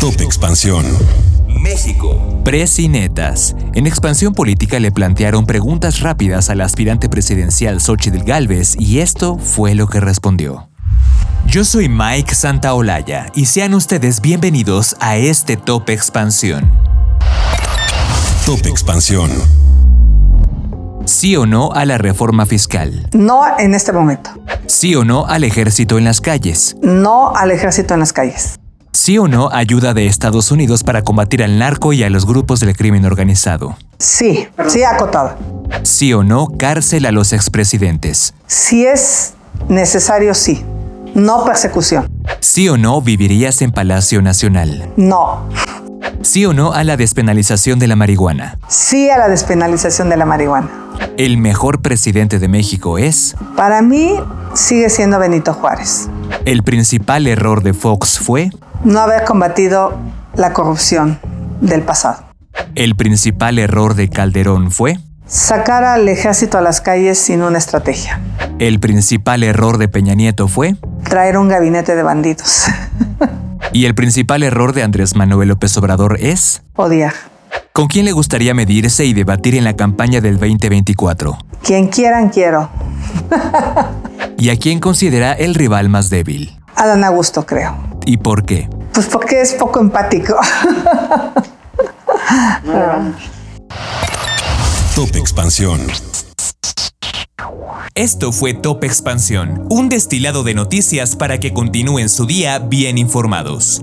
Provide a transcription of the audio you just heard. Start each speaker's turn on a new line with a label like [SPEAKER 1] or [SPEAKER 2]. [SPEAKER 1] Top Expansión.
[SPEAKER 2] México.
[SPEAKER 3] Presinetas. En Expansión Política le plantearon preguntas rápidas al aspirante presidencial Xochitl Galvez y esto fue lo que respondió. Yo soy Mike Santaolalla y sean ustedes bienvenidos a este Top Expansión.
[SPEAKER 1] Top Expansión.
[SPEAKER 3] Sí o no a la reforma fiscal.
[SPEAKER 4] No en este momento.
[SPEAKER 3] Sí o no al ejército en las calles.
[SPEAKER 4] No al ejército en las calles.
[SPEAKER 3] Sí o no ayuda de Estados Unidos para combatir al narco y a los grupos del crimen organizado.
[SPEAKER 4] Sí, sí acotado.
[SPEAKER 3] Sí o no cárcel a los expresidentes.
[SPEAKER 4] Si es necesario, sí. No persecución.
[SPEAKER 3] Sí o no vivirías en Palacio Nacional.
[SPEAKER 4] No.
[SPEAKER 3] Sí o no a la despenalización de la marihuana.
[SPEAKER 4] Sí a la despenalización de la marihuana.
[SPEAKER 3] El mejor presidente de México es.
[SPEAKER 4] Para mí sigue siendo Benito Juárez.
[SPEAKER 3] El principal error de Fox fue.
[SPEAKER 4] No haber combatido la corrupción del pasado.
[SPEAKER 3] El principal error de Calderón fue.
[SPEAKER 4] Sacar al ejército a las calles sin una estrategia.
[SPEAKER 3] El principal error de Peña Nieto fue.
[SPEAKER 4] Traer un gabinete de bandidos.
[SPEAKER 3] Y el principal error de Andrés Manuel López Obrador es.
[SPEAKER 4] Odiar.
[SPEAKER 3] ¿Con quién le gustaría medirse y debatir en la campaña del 2024?
[SPEAKER 4] Quien quieran, quiero.
[SPEAKER 3] ¿Y a quién considera el rival más débil?
[SPEAKER 4] Adán Augusto, creo.
[SPEAKER 3] ¿Y por qué?
[SPEAKER 4] Pues porque es poco empático.
[SPEAKER 1] Top Expansión.
[SPEAKER 3] Esto fue Top Expansión, un destilado de noticias para que continúen su día bien informados.